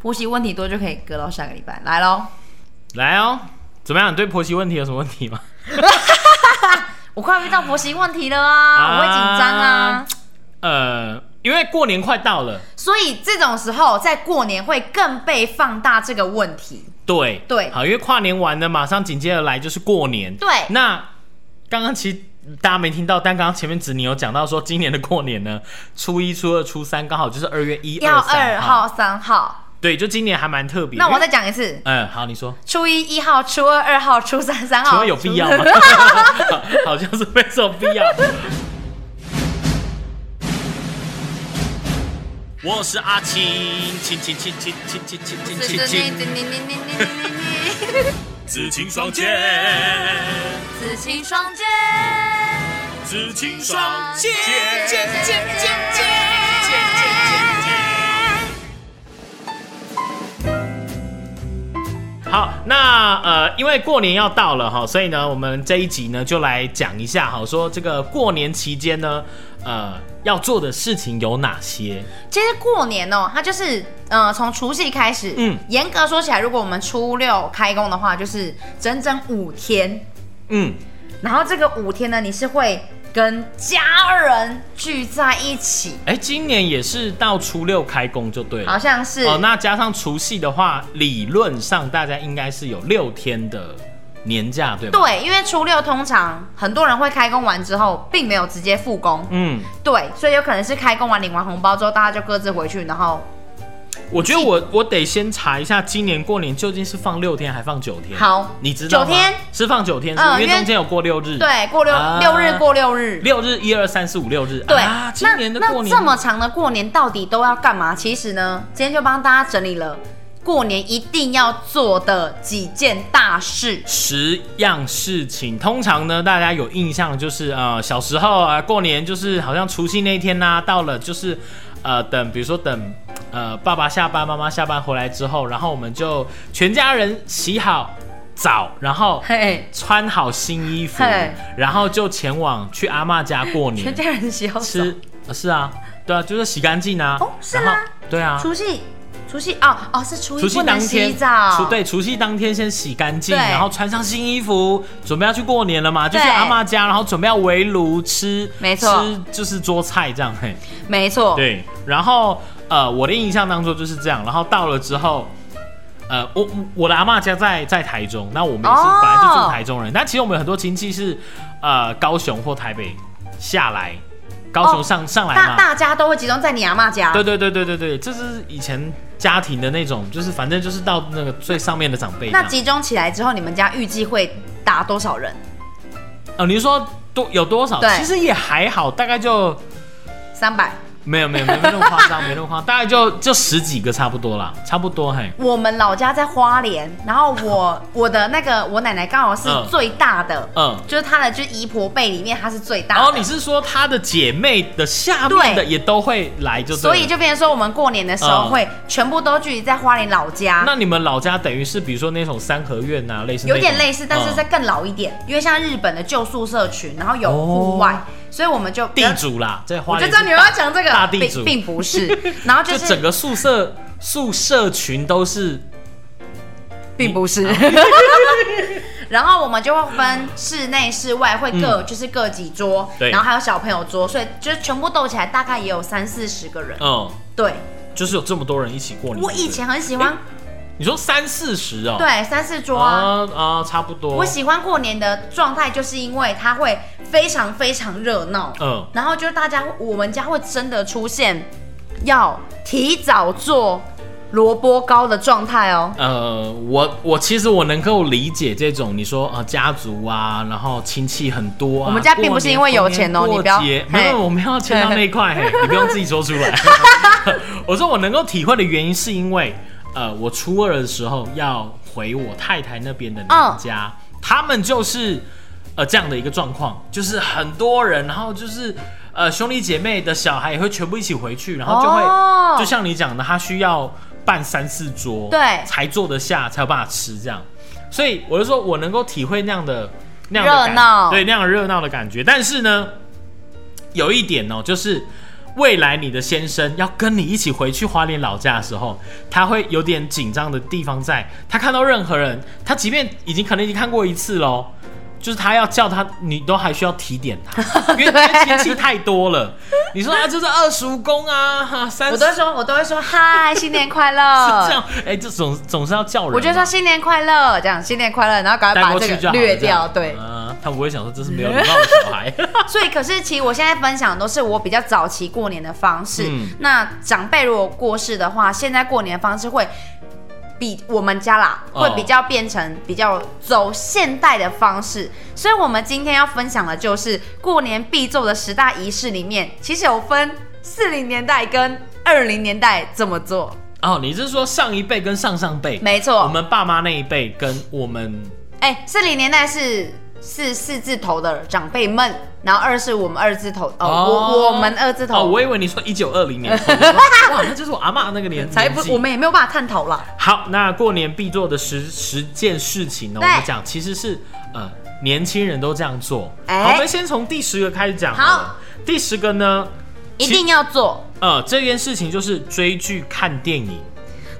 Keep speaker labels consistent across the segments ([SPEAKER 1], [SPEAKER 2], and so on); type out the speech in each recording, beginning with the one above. [SPEAKER 1] 婆媳问题多就可以隔到下个礼拜来喽。
[SPEAKER 2] 来哦，怎么样？你对婆媳问题有什么问题吗？
[SPEAKER 1] 我快遇到婆媳问题了啊，
[SPEAKER 2] 啊
[SPEAKER 1] 我会紧张啊。
[SPEAKER 2] 呃，因为过年快到了，
[SPEAKER 1] 所以这种时候，在过年会更被放大这个问题。
[SPEAKER 2] 对
[SPEAKER 1] 对
[SPEAKER 2] 好，因为跨年完了，马上紧接着来就是过年。
[SPEAKER 1] 对
[SPEAKER 2] 那刚刚其实大家没听到，但刚刚前面子你有讲到说，今年的过年呢，初一、初二、初三刚好就是二月一、
[SPEAKER 1] 要
[SPEAKER 2] 三
[SPEAKER 1] 二号、三号，
[SPEAKER 2] 对，就今年还蛮特别。
[SPEAKER 1] 那我
[SPEAKER 2] 因为
[SPEAKER 1] 再讲一次：
[SPEAKER 2] 嗯，好，你说，
[SPEAKER 1] 初一一号、初二二号、初三三
[SPEAKER 2] 请
[SPEAKER 1] 号。
[SPEAKER 2] 问有必要吗？ 好像是没什么必要。我是阿青，青青青青青青青青
[SPEAKER 1] 初
[SPEAKER 2] 青青，紫青双剑。
[SPEAKER 1] 紫青双剑，
[SPEAKER 2] 紫青
[SPEAKER 1] 双
[SPEAKER 2] 剑，
[SPEAKER 1] 剑剑剑剑剑
[SPEAKER 2] 好，那呃，因为过年要到了哈，所以呢，我们这一集呢就来讲一下哈，说这个过年期间呢，呃，要做的事情有哪些？
[SPEAKER 1] 其实过年哦、它就是，呃，从除夕开始，
[SPEAKER 2] 嗯
[SPEAKER 1] 嗯，严格说起来，如果我们初六开工的话，就是整整五天。
[SPEAKER 2] 嗯，
[SPEAKER 1] 然后这个五天呢，你是会跟家人聚在一起，
[SPEAKER 2] 哎，今年也是到初六开工就对
[SPEAKER 1] 好
[SPEAKER 2] 了。
[SPEAKER 1] 像是
[SPEAKER 2] 哦，那加上除夕的话，理论上大家应该是有六天的年假，对吧？
[SPEAKER 1] 对，因为初六通常很多人会开工完之后，并没有直接复工，
[SPEAKER 2] 嗯，
[SPEAKER 1] 对，所以有可能是开工完领完红包之后，大家就各自回去，然后
[SPEAKER 2] 我觉得我我得先查一下，今年过年究竟是放六天还放九天？
[SPEAKER 1] 好
[SPEAKER 2] 你知道吗
[SPEAKER 1] 九天
[SPEAKER 2] 是放九天，是
[SPEAKER 1] 嗯
[SPEAKER 2] 不是因
[SPEAKER 1] 因
[SPEAKER 2] 为
[SPEAKER 1] 为
[SPEAKER 2] 中间有过六日。，
[SPEAKER 1] 对过六、
[SPEAKER 2] 啊
[SPEAKER 1] 六日过六日，
[SPEAKER 2] 六日一二三四五六日。
[SPEAKER 1] 对，
[SPEAKER 2] 啊，今
[SPEAKER 1] 那
[SPEAKER 2] 年的过
[SPEAKER 1] 那
[SPEAKER 2] 年
[SPEAKER 1] 这么长的过年到底都要干嘛？其实呢，今天就帮大家整理了过年一定要做的几件大事。
[SPEAKER 2] 十样事情，通常呢，大家有印象就是呃，小时候啊，过年就是好像除夕那一天呐、到了就是呃，等比如说等呃爸爸下班、妈妈下班回来之后，然后我们就全家人洗好澡，然后
[SPEAKER 1] 嘿，
[SPEAKER 2] 穿好新衣服
[SPEAKER 1] 嘿，
[SPEAKER 2] 然后就前往去阿嬷家过
[SPEAKER 1] 全
[SPEAKER 2] 年
[SPEAKER 1] 家人洗好澡。
[SPEAKER 2] 吃、呃是啊，对啊，就是洗干净啊，
[SPEAKER 1] 哦是
[SPEAKER 2] 然后
[SPEAKER 1] 吗
[SPEAKER 2] 对啊，
[SPEAKER 1] 除夕，除夕哦哦是初
[SPEAKER 2] 除
[SPEAKER 1] 一
[SPEAKER 2] 夕
[SPEAKER 1] 不
[SPEAKER 2] 当
[SPEAKER 1] 能
[SPEAKER 2] 天
[SPEAKER 1] 洗澡，
[SPEAKER 2] 除对除夕当天先洗干净，
[SPEAKER 1] 对
[SPEAKER 2] 然后穿上新衣服，准备要去过年了嘛，就去
[SPEAKER 1] 对
[SPEAKER 2] 阿嬷家，然后准备要围炉吃，
[SPEAKER 1] 没错哦
[SPEAKER 2] 吃就是桌菜这样嘿。
[SPEAKER 1] 没错，
[SPEAKER 2] 对，然后呃，我的印象当中就是这样，然后到了之后。呃，我我的阿嬷家在在台中，那我们也是
[SPEAKER 1] 哦
[SPEAKER 2] 本来就住台中人，但其实我们有很多亲戚是呃高雄或台北下来，高雄
[SPEAKER 1] 哦
[SPEAKER 2] 上、上来
[SPEAKER 1] 大
[SPEAKER 2] 嘛，
[SPEAKER 1] 大家都会集中在你阿妈家。
[SPEAKER 2] 对对对对对对，这是以前家庭的那种，就是反正就是到那个最上面的长辈这
[SPEAKER 1] 那
[SPEAKER 2] 样。
[SPEAKER 1] 集中起来之后，你们家预计会打多少人？
[SPEAKER 2] 哦，你是说多有多少？
[SPEAKER 1] 对
[SPEAKER 2] 其实也还好，大概就
[SPEAKER 1] 三百。
[SPEAKER 2] 没有没有没有没那么夸张，没那么夸张，大概就 就十几个差不多啦，差不多嘿。
[SPEAKER 1] 我们老家在花莲，然后 我我的那个我奶奶刚好是
[SPEAKER 2] 嗯
[SPEAKER 1] 最大的，
[SPEAKER 2] 嗯，
[SPEAKER 1] 就是她的就是姨婆辈里面她是最大
[SPEAKER 2] 然
[SPEAKER 1] 的。
[SPEAKER 2] 哦后你是说她的姐妹的下面的
[SPEAKER 1] 对
[SPEAKER 2] 也都会来就对
[SPEAKER 1] 所
[SPEAKER 2] 了，
[SPEAKER 1] 以就变成说，我们过年的时候
[SPEAKER 2] 嗯
[SPEAKER 1] 会全部都聚集在花莲老家，
[SPEAKER 2] 那你们老家等于是比如说那种三合院啊，类似那
[SPEAKER 1] 有
[SPEAKER 2] 种
[SPEAKER 1] 点类似，但是
[SPEAKER 2] 嗯
[SPEAKER 1] 再更老一点，因为像日本的旧宿舍群，然后有户外，所以我们就
[SPEAKER 2] 哦地。主啦，在
[SPEAKER 1] 我
[SPEAKER 2] 花
[SPEAKER 1] 就
[SPEAKER 2] 莲
[SPEAKER 1] 知道你们要讲这个，
[SPEAKER 2] 大地主
[SPEAKER 1] 并并不 是，然后
[SPEAKER 2] 就
[SPEAKER 1] 就是
[SPEAKER 2] 整个宿舍宿舍群都是
[SPEAKER 1] 并不
[SPEAKER 2] 哦
[SPEAKER 1] 是。 然后我们就会分室内、室外，会各、就是各几桌，
[SPEAKER 2] 嗯对
[SPEAKER 1] 然后还有小朋友桌，所以就是全部斗起来大概也有三四十个人。
[SPEAKER 2] 嗯，
[SPEAKER 1] 对，
[SPEAKER 2] 就是有这么多人一起过年。
[SPEAKER 1] 我以前很喜欢，
[SPEAKER 2] 你说三四十哦，
[SPEAKER 1] 对三四桌啊。
[SPEAKER 2] 啊啊，差不多。
[SPEAKER 1] 我喜欢过年的状态，就是因为它会非常非常热闹，
[SPEAKER 2] 嗯
[SPEAKER 1] 然后就是大家我们家会真的出现要提早做萝卜糕的状态哦。
[SPEAKER 2] 呃，我我其实我能够理解这种你说呃家族啊，然后亲戚很多啊。
[SPEAKER 1] 我们家并不是因为有钱哦你
[SPEAKER 2] 过年
[SPEAKER 1] 不要
[SPEAKER 2] 过节
[SPEAKER 1] 嘿
[SPEAKER 2] 没有，我们要签到那一块，嘿，你不用自己说出 来。我说我能够体会的原因是因为，呃，我初二的时候要回我太太那边的娘家，
[SPEAKER 1] 嗯
[SPEAKER 2] 他们就是呃这样的一个状况，就是很多人，然后就是。呃，兄弟姐妹的小孩也会全部一起回去，然后就会、
[SPEAKER 1] 哦
[SPEAKER 2] 就像你讲的，他需要办三四桌，
[SPEAKER 1] 对
[SPEAKER 2] 才坐得下，才有办法吃这样。所以我就说我能够体会那样的那样的
[SPEAKER 1] 热
[SPEAKER 2] 感
[SPEAKER 1] 闹
[SPEAKER 2] 对那样热闹的感觉。但是呢，有一点哦，就是未来你的先生要跟你一起回去花莲老家的时候，他会有点紧张的地方在，他看到任何人，他即便已经可能已经看过一次喽，就是他要叫他，你都还需要提点 他，因为因为亲戚太多了。你说啊，就是二十五公啊，哈三
[SPEAKER 1] 我
[SPEAKER 2] 十
[SPEAKER 1] 都会说，我都会说嗨，新年 快
[SPEAKER 2] 这
[SPEAKER 1] 乐。
[SPEAKER 2] 样，哎、这总总是要叫人嘛。
[SPEAKER 1] 我就说新年快乐，这样新年快乐，然后赶快
[SPEAKER 2] 带
[SPEAKER 1] 把
[SPEAKER 2] 过去
[SPEAKER 1] 这
[SPEAKER 2] 就
[SPEAKER 1] 个
[SPEAKER 2] 好了
[SPEAKER 1] 略
[SPEAKER 2] 这样
[SPEAKER 1] 掉，对。
[SPEAKER 2] 嗯，他不会想说这是没有礼貌的小孩。
[SPEAKER 1] 所以，可是其实我现在分享的都是我比较早期过年的方式。
[SPEAKER 2] 嗯
[SPEAKER 1] 那长辈如果过世的话，现在过年的方式会比我们家啦，
[SPEAKER 2] 哦
[SPEAKER 1] 会比较变成比较走现代的方式。所以，我们今天要分享的就是过年必做的十大仪式里面，其实有分四零年代跟二零年代怎么做。
[SPEAKER 2] 哦，你是说上一辈跟上上辈？
[SPEAKER 1] 没
[SPEAKER 2] 我
[SPEAKER 1] 错，
[SPEAKER 2] 们爸妈那一辈跟我们
[SPEAKER 1] 哎，四零年代是。是四字头的长辈们，然后二是我们二字头，哦，我我们二字头，
[SPEAKER 2] 哦，我以为你说一九二 零年，我说哇，那就是我阿妈那个年
[SPEAKER 1] 才不
[SPEAKER 2] 年，纪
[SPEAKER 1] 我们也没有办法探讨啦。
[SPEAKER 2] 好，那过年必做的十十件事情呢，我
[SPEAKER 1] 对
[SPEAKER 2] 们讲其实是呃年轻人都这样做。
[SPEAKER 1] 哎
[SPEAKER 2] 好，我们先从第十个开始讲。
[SPEAKER 1] 好
[SPEAKER 2] 了，第十个呢，
[SPEAKER 1] 一定要做。
[SPEAKER 2] 呃这件事情就是追剧看电影。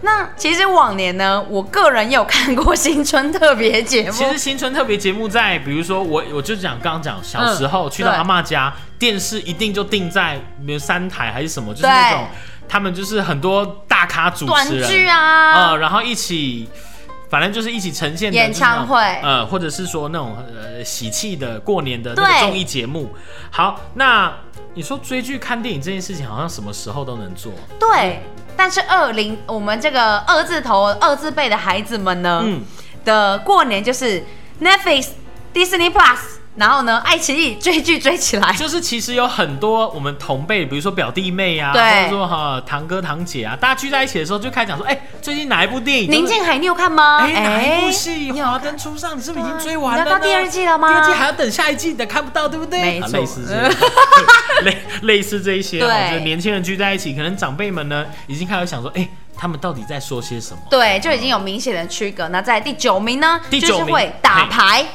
[SPEAKER 1] 那其实往年呢，我个人也有看过新春特别节目
[SPEAKER 2] 其，实新春特别节目在，比如说我我就讲刚刚讲小时
[SPEAKER 1] 嗯
[SPEAKER 2] 候、去到
[SPEAKER 1] 对
[SPEAKER 2] 阿嬷家，电视一定就定在比如三台还是什么，就是
[SPEAKER 1] 对
[SPEAKER 2] 那种他们就是很多大咖主
[SPEAKER 1] 短
[SPEAKER 2] 持人
[SPEAKER 1] 剧
[SPEAKER 2] 啊、
[SPEAKER 1] 啊，
[SPEAKER 2] 然后一起，反正就是一起呈现的
[SPEAKER 1] 演唱会
[SPEAKER 2] 这种呃，或者是说那种呃喜气的过年的那个
[SPEAKER 1] 对
[SPEAKER 2] 综艺节目。好，那你说追剧看电影这件事情，好像什么时候都能做。
[SPEAKER 1] 对。但是二零我们这个二字头二字辈的孩子们呢，
[SPEAKER 2] 嗯，
[SPEAKER 1] 的过年就是 Netflix、Disney Plus，然后呢爱奇艺追剧追起来，
[SPEAKER 2] 就是其实有很多我们同辈，比如说表弟妹啊，或
[SPEAKER 1] 对
[SPEAKER 2] 者说哈堂哥堂姐啊，大家聚在一起的时候就开始讲说，哎、最近哪一部电影？
[SPEAKER 1] 宁静海你有看吗？
[SPEAKER 2] 哎、哪一部
[SPEAKER 1] 哎啊
[SPEAKER 2] 戏《华灯初上》你是不是已经追完了
[SPEAKER 1] 你
[SPEAKER 2] 呢？
[SPEAKER 1] 要到第二季了吗
[SPEAKER 2] 第二季还要等下一季，你等看不到，对不对？
[SPEAKER 1] 没
[SPEAKER 2] 啊
[SPEAKER 1] 错
[SPEAKER 2] 类似这 些，类类似这一些哦，
[SPEAKER 1] 对
[SPEAKER 2] 就是年轻人聚在一起，可能长辈们呢已经开始想说，哎、他们到底在说些什么？
[SPEAKER 1] 对，就已经有明显的区隔。那在第九名呢，
[SPEAKER 2] 第
[SPEAKER 1] 就
[SPEAKER 2] 九
[SPEAKER 1] 是
[SPEAKER 2] 名
[SPEAKER 1] 会打
[SPEAKER 2] 嘿
[SPEAKER 1] 牌，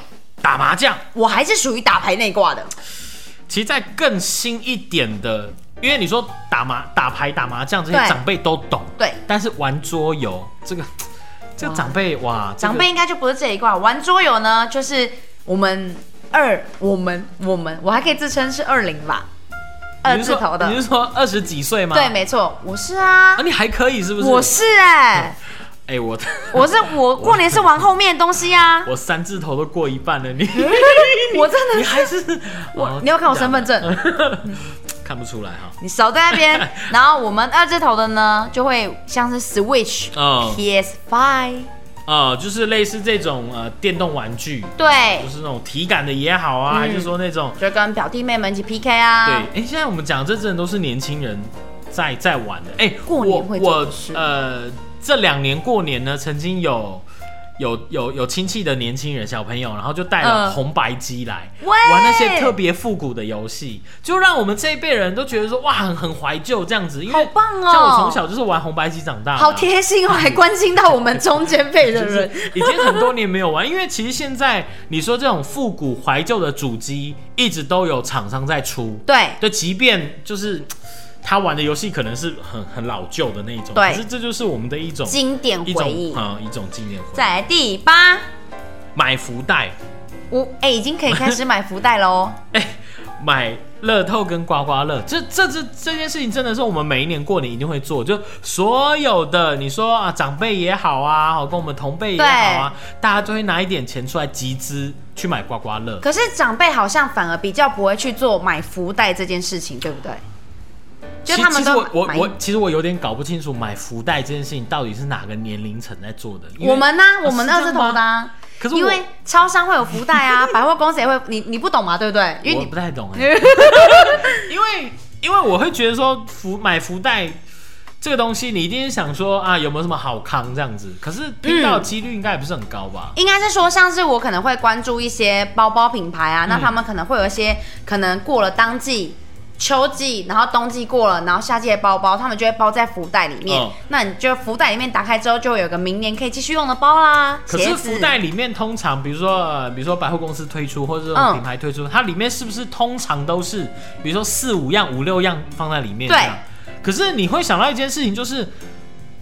[SPEAKER 2] 打麻将，
[SPEAKER 1] 我还是属于打牌内挂的。
[SPEAKER 2] 其实，在更新一点的，因为你说打麻打牌打麻将这些
[SPEAKER 1] 对
[SPEAKER 2] 长辈都懂，
[SPEAKER 1] 对，
[SPEAKER 2] 但是玩桌游这个，这个长辈哇，这个
[SPEAKER 1] 长辈应该就不是这一块。玩桌游呢，就是我们二，我们我们，我还可以自称是二零吧，二
[SPEAKER 2] 你是
[SPEAKER 1] 字
[SPEAKER 2] 说
[SPEAKER 1] 头
[SPEAKER 2] 你
[SPEAKER 1] 的。
[SPEAKER 2] 是说二十几岁吗？
[SPEAKER 1] 对，没错，我是啊
[SPEAKER 2] 啊，，你还可以是不是？
[SPEAKER 1] 我是 哎、
[SPEAKER 2] 哎、我
[SPEAKER 1] 我是我过年是玩后面的东西啊，
[SPEAKER 2] 我三字头都过一半了，你
[SPEAKER 1] 我真的
[SPEAKER 2] 你
[SPEAKER 1] 是
[SPEAKER 2] 还是
[SPEAKER 1] 嗯我，你要看我身份，
[SPEAKER 2] 哦
[SPEAKER 1] 证，
[SPEAKER 2] 看不出来哈。
[SPEAKER 1] 你少在那 边。然后我们二字头的呢，就会像是 Switch、
[SPEAKER 2] 嗯
[SPEAKER 1] PS Five，
[SPEAKER 2] 呃，就是类似这种呃电动玩具，
[SPEAKER 1] 对
[SPEAKER 2] 就，是那种体感的也好啊，
[SPEAKER 1] 嗯
[SPEAKER 2] 还是说那种
[SPEAKER 1] 就跟表弟妹们一起 PK 啊。
[SPEAKER 2] 对，哎、现在我们讲这真的都是年轻人在在玩的。哎、
[SPEAKER 1] 过年会
[SPEAKER 2] 我
[SPEAKER 1] 做
[SPEAKER 2] 我
[SPEAKER 1] 的事
[SPEAKER 2] 呃，这两年过年呢，曾经有有有有亲戚的年轻人小朋友，然后就带了
[SPEAKER 1] 嗯
[SPEAKER 2] 红白机来、
[SPEAKER 1] 喂
[SPEAKER 2] 玩那些特别复古的游戏，就让我们这一辈人都觉得说哇，很很怀旧这样子。因为
[SPEAKER 1] 好棒哦
[SPEAKER 2] 像我从小就是玩红白机长大的啊，
[SPEAKER 1] 好贴心哦，还关心到我们中间辈的
[SPEAKER 2] 就
[SPEAKER 1] 人
[SPEAKER 2] 是。已经很多年没有玩，因为其实现在你说这种复古怀旧的主机一直都有厂商在出，
[SPEAKER 1] 对，
[SPEAKER 2] 对，即便就是他玩的游戏可能是很很老旧的那一种，
[SPEAKER 1] 对
[SPEAKER 2] 可是这就是我们的一种
[SPEAKER 1] 经典
[SPEAKER 2] 一
[SPEAKER 1] 回
[SPEAKER 2] 种
[SPEAKER 1] 忆。
[SPEAKER 2] 啊、一种纪念回忆。
[SPEAKER 1] 在第八，
[SPEAKER 2] 买福袋，
[SPEAKER 1] 我哎、已经可以开始买福袋哦喽。
[SPEAKER 2] 哎、买乐透跟刮刮乐，这这这这件事情真的是我们每一年过年一定会做，就所有的你说啊长辈也好啊，好跟我们同辈也好啊，大家都会拿一点钱出来集资去买刮刮乐。
[SPEAKER 1] 可是长辈好像反而比较不会去做买福袋这件事情，对不对？就
[SPEAKER 2] 其
[SPEAKER 1] 他们
[SPEAKER 2] 其实
[SPEAKER 1] 都
[SPEAKER 2] 我我
[SPEAKER 1] 买
[SPEAKER 2] 我其实我有点搞不清楚买福袋这件事情到底是哪个年龄层在做的。因为
[SPEAKER 1] 我们呢、
[SPEAKER 2] 啊
[SPEAKER 1] 我们
[SPEAKER 2] 是这样
[SPEAKER 1] 二字头的、
[SPEAKER 2] 吗
[SPEAKER 1] 啊。
[SPEAKER 2] 可是我
[SPEAKER 1] 因为超商会有福袋啊，百货公司也会，你你不懂嘛，对不对？因为
[SPEAKER 2] 我
[SPEAKER 1] 你
[SPEAKER 2] 不太懂哎、 因为因为我会觉得说福买福袋这个东西，你一定是想说啊有没有什么好康这样子，可是听到的几率应该也不是很高吧？
[SPEAKER 1] 应该是说，像是我可
[SPEAKER 2] 嗯
[SPEAKER 1] 能会关注一些包包品牌啊，那他们可能会有一些可能过了当季秋季，然后冬季过了，然后夏季的包包，他们就会包在福袋里面。
[SPEAKER 2] 嗯
[SPEAKER 1] 那你就福袋里面打开之后，就会有个明年可以继续用的包啦。
[SPEAKER 2] 可是
[SPEAKER 1] 鞋子
[SPEAKER 2] 福袋里面通常，比如说呃，比如说百货公司推出，或者这
[SPEAKER 1] 嗯
[SPEAKER 2] 种品牌推出，它里面是不是通常都是，比如说四五样、五六样放在里面？
[SPEAKER 1] 对
[SPEAKER 2] 这样。可是你会想到一件事情，就是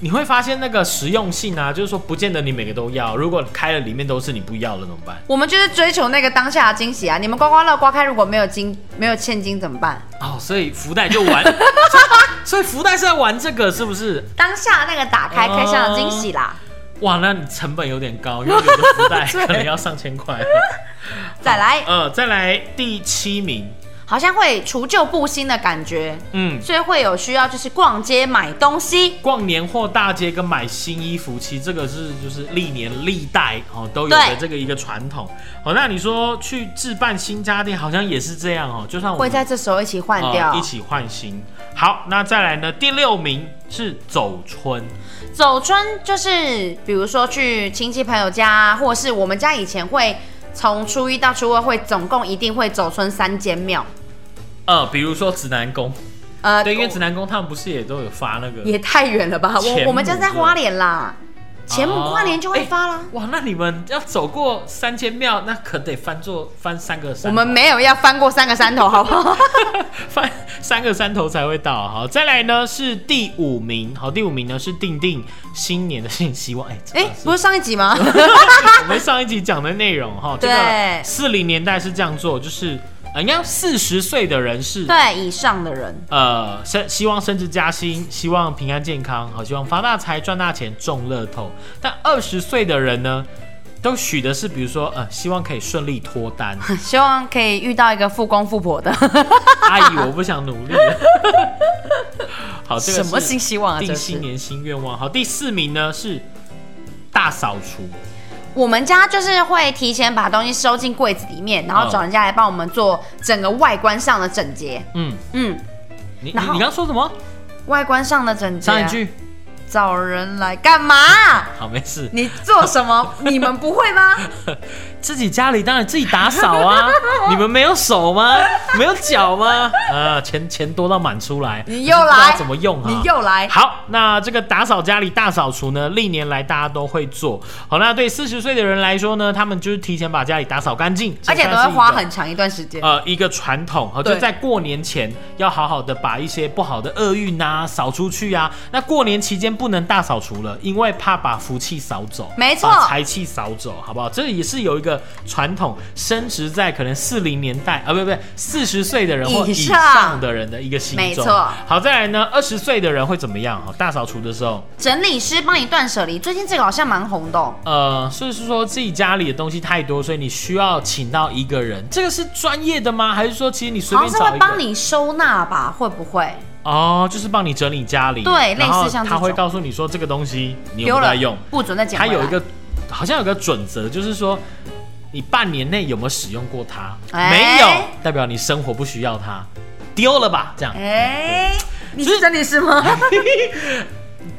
[SPEAKER 2] 你会发现那个实用性啊，就是说不见得你每个都要。如果开了里面都是你不要了怎么办？
[SPEAKER 1] 我们就是追求那个当下的惊喜啊！你们刮刮乐刮开如果没有金，没有现金怎么办？
[SPEAKER 2] 哦，所以福袋就玩，所以所以福袋是在玩这个，是不是？
[SPEAKER 1] 当下那个打开
[SPEAKER 2] 哦
[SPEAKER 1] 开箱的惊喜啦，
[SPEAKER 2] 嗯哇，那你成本有点高，因为有的福袋可能要上千块。
[SPEAKER 1] 再来，
[SPEAKER 2] 呃，再来第七名，
[SPEAKER 1] 好像会除旧布新的感觉，
[SPEAKER 2] 嗯，
[SPEAKER 1] 所以会有需要就是逛街买东西。
[SPEAKER 2] 逛年货大街跟买新衣服，其实这个是就是历年历代哦都有
[SPEAKER 1] 对
[SPEAKER 2] 的这个一个传统。哦，那你说去置办新家电，好像也是这样哦，就算我
[SPEAKER 1] 会
[SPEAKER 2] 们
[SPEAKER 1] 在这时候一起换掉、
[SPEAKER 2] 呃一起换新。好，那再来呢？第六名是走春，
[SPEAKER 1] 走春就是比如说去亲戚朋友家，或是我们家以前会从初一到初二会总共一定会走春三间庙。
[SPEAKER 2] 呃，比如说指南宫，
[SPEAKER 1] 呃
[SPEAKER 2] 对，因为指南宫他们不是也都有发那个
[SPEAKER 1] 也太远了吧？
[SPEAKER 2] 前
[SPEAKER 1] 我
[SPEAKER 2] 母
[SPEAKER 1] 我们家在花莲啦，前母
[SPEAKER 2] 哦
[SPEAKER 1] 跨年就会发啦。
[SPEAKER 2] 哇，那你们要走过三间庙，那可得翻座翻三个山头，
[SPEAKER 1] 我们没有要翻过三个山头，好不好？
[SPEAKER 2] 翻三个山头才会到。好，再来呢是第五名，好，第五名呢是定定新年的新希望。哎、这
[SPEAKER 1] 哎、
[SPEAKER 2] 个
[SPEAKER 1] 不是上一集 吗？
[SPEAKER 2] 我们上一集讲的内容哈，这
[SPEAKER 1] 对
[SPEAKER 2] 个四零年代是这样做，就是呃，应该四十岁的人是
[SPEAKER 1] 对，以上的人，
[SPEAKER 2] 呃，升希望升职加薪，希望平安健康，好，希望发大财、赚大钱、中乐透。但二十岁的人呢，都许的是，比如说呃，希望可以顺利脱单。
[SPEAKER 1] 希望可以遇到一个富公富婆的，
[SPEAKER 2] 阿姨，我不想努力 了。好，这个
[SPEAKER 1] 什么
[SPEAKER 2] 是
[SPEAKER 1] 新希望啊？
[SPEAKER 2] 定
[SPEAKER 1] 这
[SPEAKER 2] 新
[SPEAKER 1] 是
[SPEAKER 2] 年新愿望。好，第四名呢是大扫除。
[SPEAKER 1] 我们家就是会提前把东西收进柜子里面，然后
[SPEAKER 2] 嗯
[SPEAKER 1] 找人家来帮我们做整个外观上的整洁。
[SPEAKER 2] 嗯，
[SPEAKER 1] 嗯，
[SPEAKER 2] 你你你
[SPEAKER 1] 然后
[SPEAKER 2] 刚刚说什么？
[SPEAKER 1] 外观上的整洁、
[SPEAKER 2] 上一
[SPEAKER 1] 啊。
[SPEAKER 2] 句。
[SPEAKER 1] 找人来干嘛？
[SPEAKER 2] 好，没事。
[SPEAKER 1] 你做什 么？你们不会吗？
[SPEAKER 2] 自己家里当然自己打扫 啊。你们没有手吗？没有脚吗？呃，钱钱多到满出来，
[SPEAKER 1] 你又
[SPEAKER 2] 我就不知道
[SPEAKER 1] 来
[SPEAKER 2] 怎么用啊？
[SPEAKER 1] 你又来，
[SPEAKER 2] 好，那这个打扫家里大扫除呢，历年来大家都会做。好，那对四十岁的人来说呢，他们就是提前把家里打扫干净，
[SPEAKER 1] 而且
[SPEAKER 2] 这
[SPEAKER 1] 都
[SPEAKER 2] 算
[SPEAKER 1] 会
[SPEAKER 2] 是一
[SPEAKER 1] 花
[SPEAKER 2] 个
[SPEAKER 1] 很长一段时间。
[SPEAKER 2] 呃一个传统，好，
[SPEAKER 1] 对
[SPEAKER 2] 就在过年前要好好的把一些不好的厄运啊扫出去啊。那过年期间不能大扫除了，因为怕把福气扫走，
[SPEAKER 1] 没错
[SPEAKER 2] 把财气扫走，好不好？这也是有一个传统，升值在可能四零年代啊，不不，四十岁的人或
[SPEAKER 1] 以
[SPEAKER 2] 以
[SPEAKER 1] 上
[SPEAKER 2] 上的人的一个心中。
[SPEAKER 1] 没错
[SPEAKER 2] 好，再来呢，二十岁的人会怎么样？哈，大扫除的时候，
[SPEAKER 1] 整理师帮你断舍离，最近这个好像蛮红的、哦。
[SPEAKER 2] 呃，所以是说自己家里的东西太多，所以你需要请到一个人，这个是专业的吗？还是说其实你随
[SPEAKER 1] 好
[SPEAKER 2] 便
[SPEAKER 1] 像是
[SPEAKER 2] 找一
[SPEAKER 1] 会
[SPEAKER 2] 个？
[SPEAKER 1] 帮你收纳吧，会不会？
[SPEAKER 2] 哦，就是帮你整理家里，
[SPEAKER 1] 对
[SPEAKER 2] 然
[SPEAKER 1] 类
[SPEAKER 2] 后
[SPEAKER 1] 似像这
[SPEAKER 2] 他会
[SPEAKER 1] 种
[SPEAKER 2] 告诉你说这个东西你有没有在用，
[SPEAKER 1] 不准再捡
[SPEAKER 2] 它
[SPEAKER 1] 回来。
[SPEAKER 2] 有一个好像有个准则，就是说你半年内有没有使用过它，
[SPEAKER 1] 哎
[SPEAKER 2] 没有代表你生活不需要它，丢了吧，这样。
[SPEAKER 1] 哎、你
[SPEAKER 2] 就是是
[SPEAKER 1] 整理师 吗？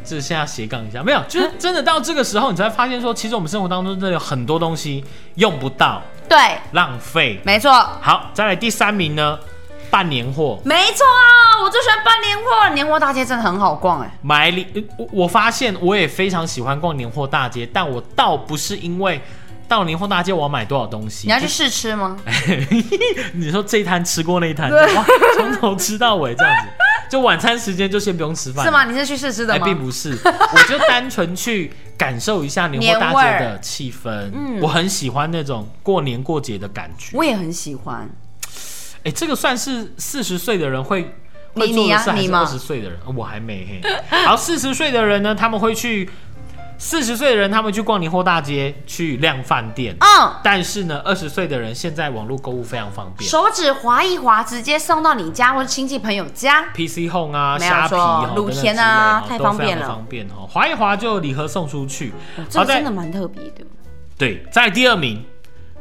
[SPEAKER 2] 这现在斜杠一下，没有，
[SPEAKER 1] 嗯
[SPEAKER 2] 就是真的到这个时候，你才会发现说，其实我们生活当中真的有很多东西用不到，
[SPEAKER 1] 对，
[SPEAKER 2] 浪费。
[SPEAKER 1] 没错，
[SPEAKER 2] 好，再来第三名呢，办年货。
[SPEAKER 1] 没错，啊我最喜欢办年货，年货大街真的很好逛哎、
[SPEAKER 2] 买礼，呃我我发现我也非常喜欢逛年货大街，但我倒不是因为到年货大街我要买多少东西。
[SPEAKER 1] 你要去试吃吗？
[SPEAKER 2] 哎你说这一摊吃过那一摊，哇，从头吃到尾这样子，就晚餐时间就先不用吃饭，
[SPEAKER 1] 是吗？？你是去试吃的
[SPEAKER 2] 哎，
[SPEAKER 1] 吗？
[SPEAKER 2] 并不是，我就单纯去感受一下年货大街的 气氛。嗯，我很喜欢那种过年过节的感觉。
[SPEAKER 1] 我也很喜欢。
[SPEAKER 2] 哎，这个算是四十岁的人会。
[SPEAKER 1] 你
[SPEAKER 2] 会做
[SPEAKER 1] 你
[SPEAKER 2] 的
[SPEAKER 1] 啊
[SPEAKER 2] 事还
[SPEAKER 1] 你
[SPEAKER 2] 是
[SPEAKER 1] 吗
[SPEAKER 2] 二十岁的人，哦我还没。嘿好，四十岁的人呢，他们会去，四十岁的人他们去逛年货大街，去量饭店。
[SPEAKER 1] 嗯，
[SPEAKER 2] 但是呢，二十岁的人现在网络购物非常方便
[SPEAKER 1] 手指划一划，直接送到你家或者亲戚朋友家。
[SPEAKER 2] ，PC Home 啊、
[SPEAKER 1] 没有
[SPEAKER 2] 虾皮
[SPEAKER 1] 错
[SPEAKER 2] 啊、
[SPEAKER 1] 露天啊
[SPEAKER 2] 等等之类的
[SPEAKER 1] 太方
[SPEAKER 2] 都非
[SPEAKER 1] 便了
[SPEAKER 2] 常
[SPEAKER 1] 哦
[SPEAKER 2] 方便哦。划一划就礼盒送出去。
[SPEAKER 1] 这
[SPEAKER 2] 好
[SPEAKER 1] 个
[SPEAKER 2] 在
[SPEAKER 1] 真的蛮特别的。
[SPEAKER 2] 对，在第二名，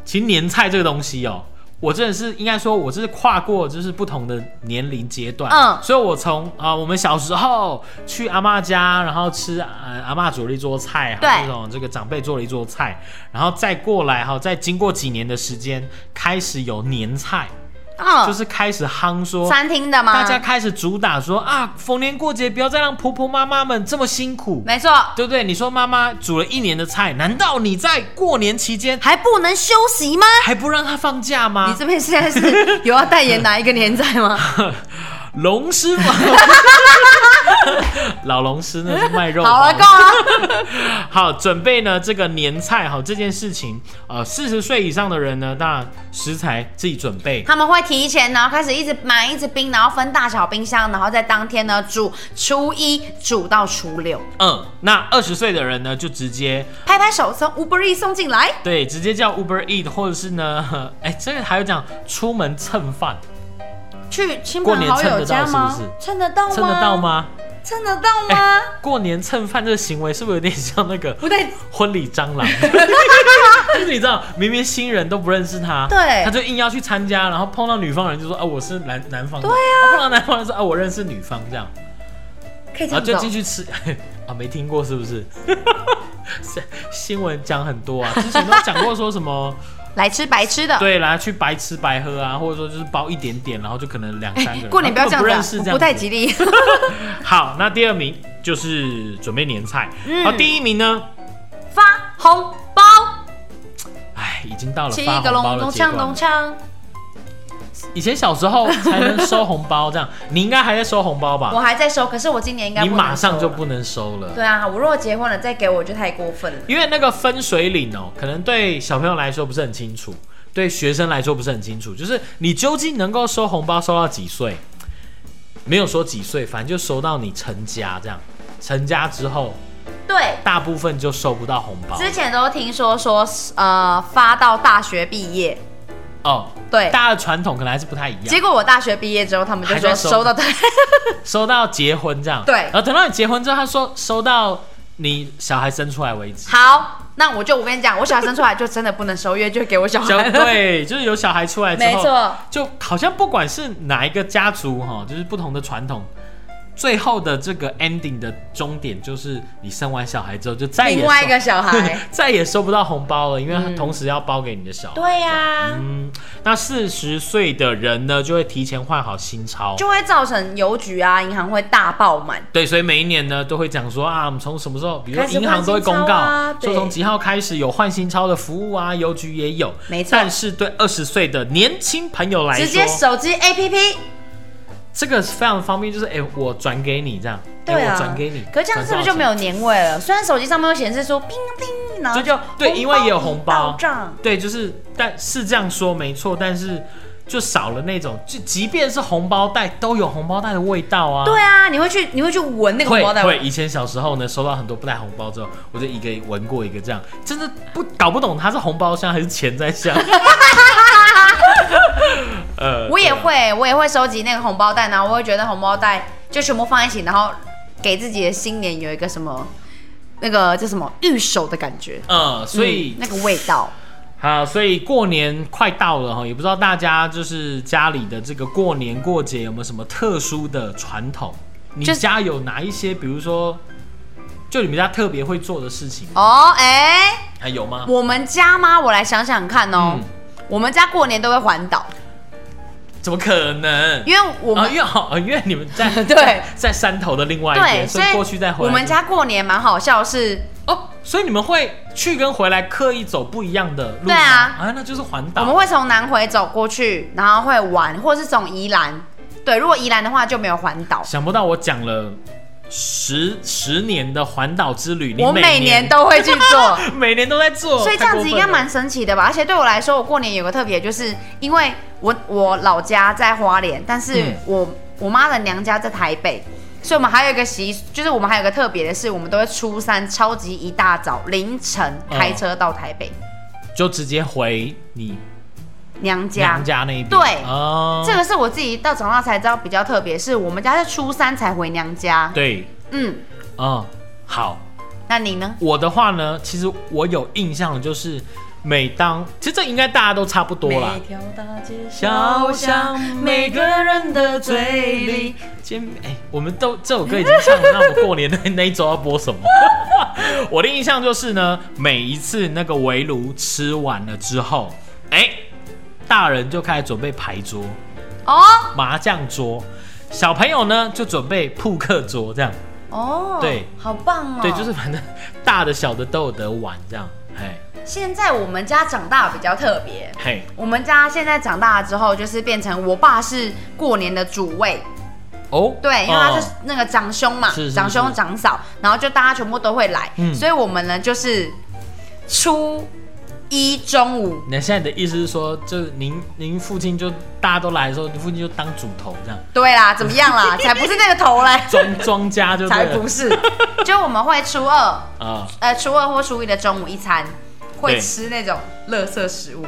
[SPEAKER 2] 其实年菜这个东西哦，我真的是应该说，我这是跨过就是不同的年龄阶段，
[SPEAKER 1] 嗯
[SPEAKER 2] 所以我从啊、我们小时候去阿嬷家，然后吃呃阿嬷煮了一桌菜，
[SPEAKER 1] 对
[SPEAKER 2] 还有这种这个长辈做了一桌菜，然后再过来哈、再经过几年的时间，开始有年菜。
[SPEAKER 1] 嗯
[SPEAKER 2] 就是开始夯说，
[SPEAKER 1] 餐厅的吗？
[SPEAKER 2] 大家开始主打说啊，逢年过节不要再让婆婆妈妈们这么辛苦，
[SPEAKER 1] 没错，
[SPEAKER 2] 对不对？你说妈妈煮了一年的菜，难道你在过年期间
[SPEAKER 1] 还不能休息吗？
[SPEAKER 2] 还不让她放假
[SPEAKER 1] 你
[SPEAKER 2] 吗？
[SPEAKER 1] 这边现在是有要代言哪一个年代吗？
[SPEAKER 2] 龙师傅， 老龙师那是 卖肉包的。
[SPEAKER 1] 好啊了，够了。
[SPEAKER 2] 好，准备呢这个年菜好这件事情，呃，四十岁以上的人呢，当然食材自己准备。
[SPEAKER 1] 他们会提前，然后开始一直买，一直冰，然后分大小冰箱，然后在当天呢煮，初一煮到初六，
[SPEAKER 2] 嗯，那二十岁的人呢，就直接
[SPEAKER 1] 拍拍手从 Uber E 送进来。
[SPEAKER 2] 对直接叫 Uber Eat，或者是呢， 哎，这个还有讲出门蹭饭，
[SPEAKER 1] 去亲
[SPEAKER 2] 过
[SPEAKER 1] 朋
[SPEAKER 2] 年
[SPEAKER 1] 好
[SPEAKER 2] 蹭
[SPEAKER 1] 友
[SPEAKER 2] 得到
[SPEAKER 1] 家
[SPEAKER 2] 是不
[SPEAKER 1] 吗
[SPEAKER 2] 是？
[SPEAKER 1] 蹭得到吗？
[SPEAKER 2] 蹭得到？吗？哎
[SPEAKER 1] 蹭得到吗？
[SPEAKER 2] 过年蹭饭这个行为是不是有点像那个
[SPEAKER 1] 不对，
[SPEAKER 2] 婚礼 蟑螂？就是你知道，明明新人都不认识他，
[SPEAKER 1] 对
[SPEAKER 2] 他就硬要去参加，然后碰到女方人就说啊，我是男男方的，对呀、碰到男方人说啊，我认识女方这样。
[SPEAKER 1] 可以这样
[SPEAKER 2] 然后
[SPEAKER 1] 子
[SPEAKER 2] 就
[SPEAKER 1] 哦
[SPEAKER 2] 进去吃啊，没听过是不是？ 是新闻讲很多啊，之前都讲过说 什么
[SPEAKER 1] 来吃白吃的。
[SPEAKER 2] 对啦，去白吃白喝啊，或者说就是包一点点，然后就可能两三个人。
[SPEAKER 1] 过年不要这
[SPEAKER 2] 然后根本
[SPEAKER 1] 样
[SPEAKER 2] 不
[SPEAKER 1] 子啊
[SPEAKER 2] 认识这样，
[SPEAKER 1] 不太。吉 利。
[SPEAKER 2] 好，那第二名就是准备年菜，
[SPEAKER 1] 嗯
[SPEAKER 2] 好，第一名呢，
[SPEAKER 1] 发红包，
[SPEAKER 2] 哎，已经到了
[SPEAKER 1] 七
[SPEAKER 2] 发
[SPEAKER 1] 个
[SPEAKER 2] 红包
[SPEAKER 1] 隆
[SPEAKER 2] 的
[SPEAKER 1] 咚
[SPEAKER 2] 阶
[SPEAKER 1] 锵
[SPEAKER 2] 段
[SPEAKER 1] 咚
[SPEAKER 2] 了。
[SPEAKER 1] 锵，
[SPEAKER 2] 以前小时候才能收红包，这样你应该还在收红包
[SPEAKER 1] 我
[SPEAKER 2] 吧？
[SPEAKER 1] 还在收，可是我今年应该
[SPEAKER 2] 你
[SPEAKER 1] 不能
[SPEAKER 2] 马上
[SPEAKER 1] 收
[SPEAKER 2] 就
[SPEAKER 1] 了
[SPEAKER 2] 不能收了。
[SPEAKER 1] 对啊，我如果结婚了再给我就太过分了。
[SPEAKER 2] 因为那个分水岭哦，可能对小朋友来说不是很清楚，对学生来说不是很清楚，就是你究竟能够收红包收到几岁？没有说几岁，反正就收到你成家这样。成家之后，
[SPEAKER 1] 对，
[SPEAKER 2] 大部分就收不到红包
[SPEAKER 1] 之前都听说说呃发到大学毕业，
[SPEAKER 2] 哦。
[SPEAKER 1] 对，
[SPEAKER 2] 大家的传统可能还是不太一样，
[SPEAKER 1] 结果我大学毕业之后，他们就
[SPEAKER 2] 还在
[SPEAKER 1] 说
[SPEAKER 2] 收
[SPEAKER 1] 收到的
[SPEAKER 2] 收到结婚这样。
[SPEAKER 1] 对
[SPEAKER 2] 然后等到你结婚之后，他说收到你小孩生出来为止。
[SPEAKER 1] 好，那我就我跟你讲，我小孩生出来就真的不能收月，就给我小
[SPEAKER 2] 就
[SPEAKER 1] 孩 了。
[SPEAKER 2] 对，就是有小孩出来之
[SPEAKER 1] 没
[SPEAKER 2] 后，
[SPEAKER 1] 错，
[SPEAKER 2] 就好像不管是哪一个家族哈，就是不同的传统，最后的这个 ending 的终点就是你生完小孩之后就再也
[SPEAKER 1] 另外一个
[SPEAKER 2] 收
[SPEAKER 1] 小孩， 嗯
[SPEAKER 2] 再也收不到红包了，因为他同时要包给你的小孩。
[SPEAKER 1] 对呀、
[SPEAKER 2] 嗯，那四十岁的人呢，就会提前换好新钞。
[SPEAKER 1] 就会造成邮局啊、银行会大爆满。
[SPEAKER 2] 对，所以每一年呢都会讲说啊，我们从什么时候，比如
[SPEAKER 1] 开
[SPEAKER 2] 说
[SPEAKER 1] 始
[SPEAKER 2] 银行都会公
[SPEAKER 1] 换新
[SPEAKER 2] 告，
[SPEAKER 1] 钞啊对
[SPEAKER 2] 说从几号开始有换新钞的服务啊，邮局也有。
[SPEAKER 1] 没错
[SPEAKER 2] 但是对二十岁的年轻朋友来说，
[SPEAKER 1] 直接手机 APP，
[SPEAKER 2] 这个是非常方便，就是哎、我转给你这样，哎、
[SPEAKER 1] 对啊，
[SPEAKER 2] 我转给你。
[SPEAKER 1] 可这样是不是就没
[SPEAKER 2] 有？
[SPEAKER 1] 有年味了？虽然手机上面会显示说“叮叮”，然后就
[SPEAKER 2] 对，因为也有红
[SPEAKER 1] 到
[SPEAKER 2] 包，啊
[SPEAKER 1] 账，
[SPEAKER 2] 对，就是但是这样说没错，但是就少了那种，就即便是红包袋都有红包袋的味道啊。
[SPEAKER 1] 对啊，你会去你会去闻那个红
[SPEAKER 2] 会
[SPEAKER 1] 包袋吗
[SPEAKER 2] 会，以前小时候呢，收到很多不带红包之后，我就一个闻过一个这样，真的不搞不懂它是红包箱还是钱在 箱。呃
[SPEAKER 1] 我也会，我也会收集那个红包袋，然后我会觉得红包袋就全部放一起，然后给自己的新年有一个什么那个叫什么御守的感觉，
[SPEAKER 2] 呃，所以、
[SPEAKER 1] 嗯那个味道，
[SPEAKER 2] 好，所以过年快到了哈，也不知道大家就是家里的这个过年过节有没有什么特殊的传统？你
[SPEAKER 1] 就是
[SPEAKER 2] 家有哪一些？比如说，就你们家特别会做的事情，
[SPEAKER 1] 哦，哎、
[SPEAKER 2] 还有吗？
[SPEAKER 1] 我们家吗？我来想想看哦。
[SPEAKER 2] 啊嗯
[SPEAKER 1] 我们家过年都会环岛，
[SPEAKER 2] 怎么可能？
[SPEAKER 1] 因为我
[SPEAKER 2] 啊，
[SPEAKER 1] 们、
[SPEAKER 2] 因为好，啊因为你们在
[SPEAKER 1] 对
[SPEAKER 2] 在在山头的另外一
[SPEAKER 1] 对，
[SPEAKER 2] 边，所
[SPEAKER 1] 所
[SPEAKER 2] 以
[SPEAKER 1] 以
[SPEAKER 2] 过去再回
[SPEAKER 1] 我
[SPEAKER 2] 来。
[SPEAKER 1] 们家过年蛮好笑是，
[SPEAKER 2] 哦，所以你们会去跟回来刻意走不一样的路吗？
[SPEAKER 1] 对啊
[SPEAKER 2] 啊，那就是环
[SPEAKER 1] 我
[SPEAKER 2] 岛。
[SPEAKER 1] 们会从南回走过去，然后会玩，或者是从宜兰。对，如果宜兰的话就没有环岛，
[SPEAKER 2] 想不到我讲了十十年的环岛之旅，你
[SPEAKER 1] 我每年都会去做。
[SPEAKER 2] 每年都在做，
[SPEAKER 1] 所以这样子应该
[SPEAKER 2] 哦太过分了
[SPEAKER 1] 蛮神奇的吧？而且对我来说，我过年有个特别，就是因为我我老家在花莲，但是
[SPEAKER 2] 嗯
[SPEAKER 1] 我、我妈的娘家在台北，所以我们还有一个习，就是我们还有一个特别的是，我们都会初三超级一大早凌晨
[SPEAKER 2] 嗯
[SPEAKER 1] 开车到台北、
[SPEAKER 2] 就直接回你
[SPEAKER 1] 娘家
[SPEAKER 2] 娘。家那边。
[SPEAKER 1] 对
[SPEAKER 2] 哦，
[SPEAKER 1] 这个是我自己到长大才知道比较特别，是我们家是初三才回娘家。
[SPEAKER 2] 对，
[SPEAKER 1] 嗯，
[SPEAKER 2] 嗯，好。
[SPEAKER 1] 那你呢？
[SPEAKER 2] 我的话呢，其实我有印象的就是，每当其实这应该大家都差不多啦。
[SPEAKER 1] 条大街
[SPEAKER 2] 小巷，每个人的嘴里。见面。哎、我们都这首歌已经唱了，那我们过年 那那一周要播什么？ 我的印象就是呢，每一次那个围炉吃完了之后，哎、大人就开始准备牌桌、
[SPEAKER 1] 哦
[SPEAKER 2] 麻将桌，小朋友呢就准备扑克桌这样。
[SPEAKER 1] 哦，
[SPEAKER 2] 对，
[SPEAKER 1] 好棒哦。
[SPEAKER 2] 对，就是反正大的小的都有得玩这样。嘿，
[SPEAKER 1] 现在我们家长大比较特别，
[SPEAKER 2] 嘿，
[SPEAKER 1] 我们家现在长大了之后，就是变成我爸是过年的主位，
[SPEAKER 2] 哦，
[SPEAKER 1] 对，因为他
[SPEAKER 2] 哦
[SPEAKER 1] 是那个长兄嘛，
[SPEAKER 2] 是是
[SPEAKER 1] 长兄
[SPEAKER 2] 是
[SPEAKER 1] 长嫂，然后就大家全部都会来，
[SPEAKER 2] 嗯
[SPEAKER 1] 所以我们呢就是初一中午，
[SPEAKER 2] 那现在你的意思是说，就是您您父亲就大家都来的时候，你父亲就当主头 这样，
[SPEAKER 1] 对啦，怎么样 啦？才不是那个头嘞，
[SPEAKER 2] 庄庄家就对
[SPEAKER 1] 才
[SPEAKER 2] 了
[SPEAKER 1] 不是，就我们会初二，
[SPEAKER 2] 啊、
[SPEAKER 1] 呃，初二或初一的中午一餐会
[SPEAKER 2] 对
[SPEAKER 1] 吃那种垃圾食物，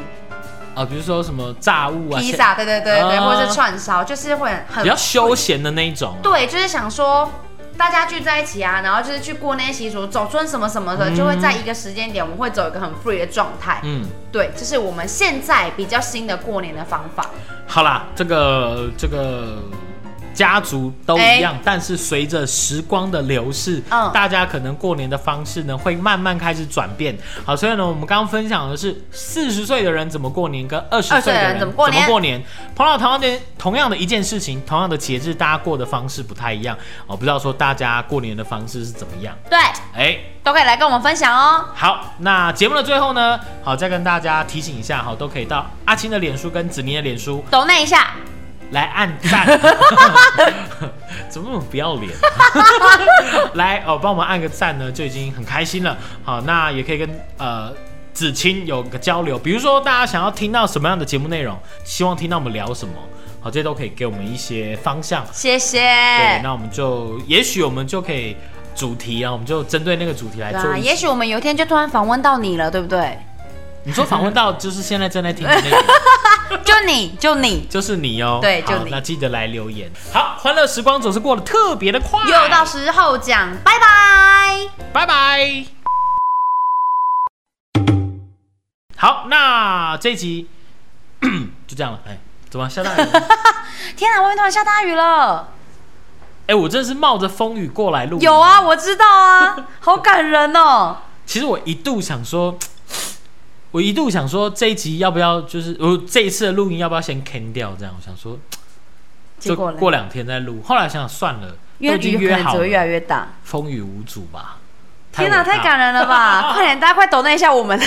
[SPEAKER 2] 啊，比如说什么炸物啊，
[SPEAKER 1] 披萨，嗯对对对对对，
[SPEAKER 2] 啊
[SPEAKER 1] 或者是串烧，就是会很
[SPEAKER 2] 比较休闲的那一种。
[SPEAKER 1] 对，就是想说大家聚在一起啊，然后就是去过那些习俗，走村什么什么的，
[SPEAKER 2] 嗯
[SPEAKER 1] 就会在一个时间点，我们会走一个很 free 的状态。
[SPEAKER 2] 嗯，
[SPEAKER 1] 对，这是我们现在比较新的过年的方法。
[SPEAKER 2] 好啦，这个这个家族都一样，但是随着时光的流逝，
[SPEAKER 1] 哎嗯
[SPEAKER 2] 大家可能过年的方式呢会慢慢开始转变。好，所以呢，我们刚刚分享的是四十岁的人怎么过年，跟二十
[SPEAKER 1] 20
[SPEAKER 2] 岁的
[SPEAKER 1] 的人
[SPEAKER 2] 人
[SPEAKER 1] 怎么过年
[SPEAKER 2] 碰到同样的同样的一件事情，同样的节日，大家过的方式不太一样。哦，不知道说大家过年的方式是怎么样？
[SPEAKER 1] 对，
[SPEAKER 2] 哎、
[SPEAKER 1] 都可以来跟我们分享哦。
[SPEAKER 2] 好，那节目的最后呢，好再跟大家提醒一下，好都可以到阿青的脸书跟子宁的脸书
[SPEAKER 1] 抖那一下，
[SPEAKER 2] 来按赞， 怎么那么不要 脸？来哦，帮我们按个赞呢，就已经很开心了。好，那也可以跟呃子清有个交流，比如说大家想要听到什么样的节目内容，希望听到我们聊什么，好，这些都可以给我们一些方向。
[SPEAKER 1] 谢谢。哎
[SPEAKER 2] 对，那我们就也许我们就可以主题啊，我们就针对那个主题来
[SPEAKER 1] 对
[SPEAKER 2] 做
[SPEAKER 1] 啊，
[SPEAKER 2] 一
[SPEAKER 1] 也
[SPEAKER 2] 集。
[SPEAKER 1] 许我们有一天就突然访问到你了，对不 对？
[SPEAKER 2] 你说访问到就是现在正在听的那个。
[SPEAKER 1] 就你就你，
[SPEAKER 2] 就是你哦，
[SPEAKER 1] 对
[SPEAKER 2] 好
[SPEAKER 1] 就你
[SPEAKER 2] 那记得来留言。好，欢乐时光总是过得特别的快，
[SPEAKER 1] 又到时候讲，拜拜。
[SPEAKER 2] 拜拜。好，那这一集 就这样了。哎，怎么下大雨 了？哎、
[SPEAKER 1] 天啊，外面突然下大雨了。
[SPEAKER 2] 哎我真的是冒着风雨过来录。
[SPEAKER 1] 有，啊，我知道啊，好感人哦。
[SPEAKER 2] 其实我一度想说，我一度想说这一集要不要就是我这一次的录音要不要先 can 掉？这样我想说，
[SPEAKER 1] 结
[SPEAKER 2] 就
[SPEAKER 1] 果嘞
[SPEAKER 2] 过两天再录。后来想想算了，
[SPEAKER 1] 因
[SPEAKER 2] 都
[SPEAKER 1] 为
[SPEAKER 2] 已经
[SPEAKER 1] 雨
[SPEAKER 2] 约
[SPEAKER 1] 可能
[SPEAKER 2] 好
[SPEAKER 1] 只
[SPEAKER 2] 了
[SPEAKER 1] 会，越来越大。
[SPEAKER 2] 风雨无阻吧。
[SPEAKER 1] 天哪，
[SPEAKER 2] 伟大
[SPEAKER 1] 太感人了吧！快点，大家快抖那一下我们。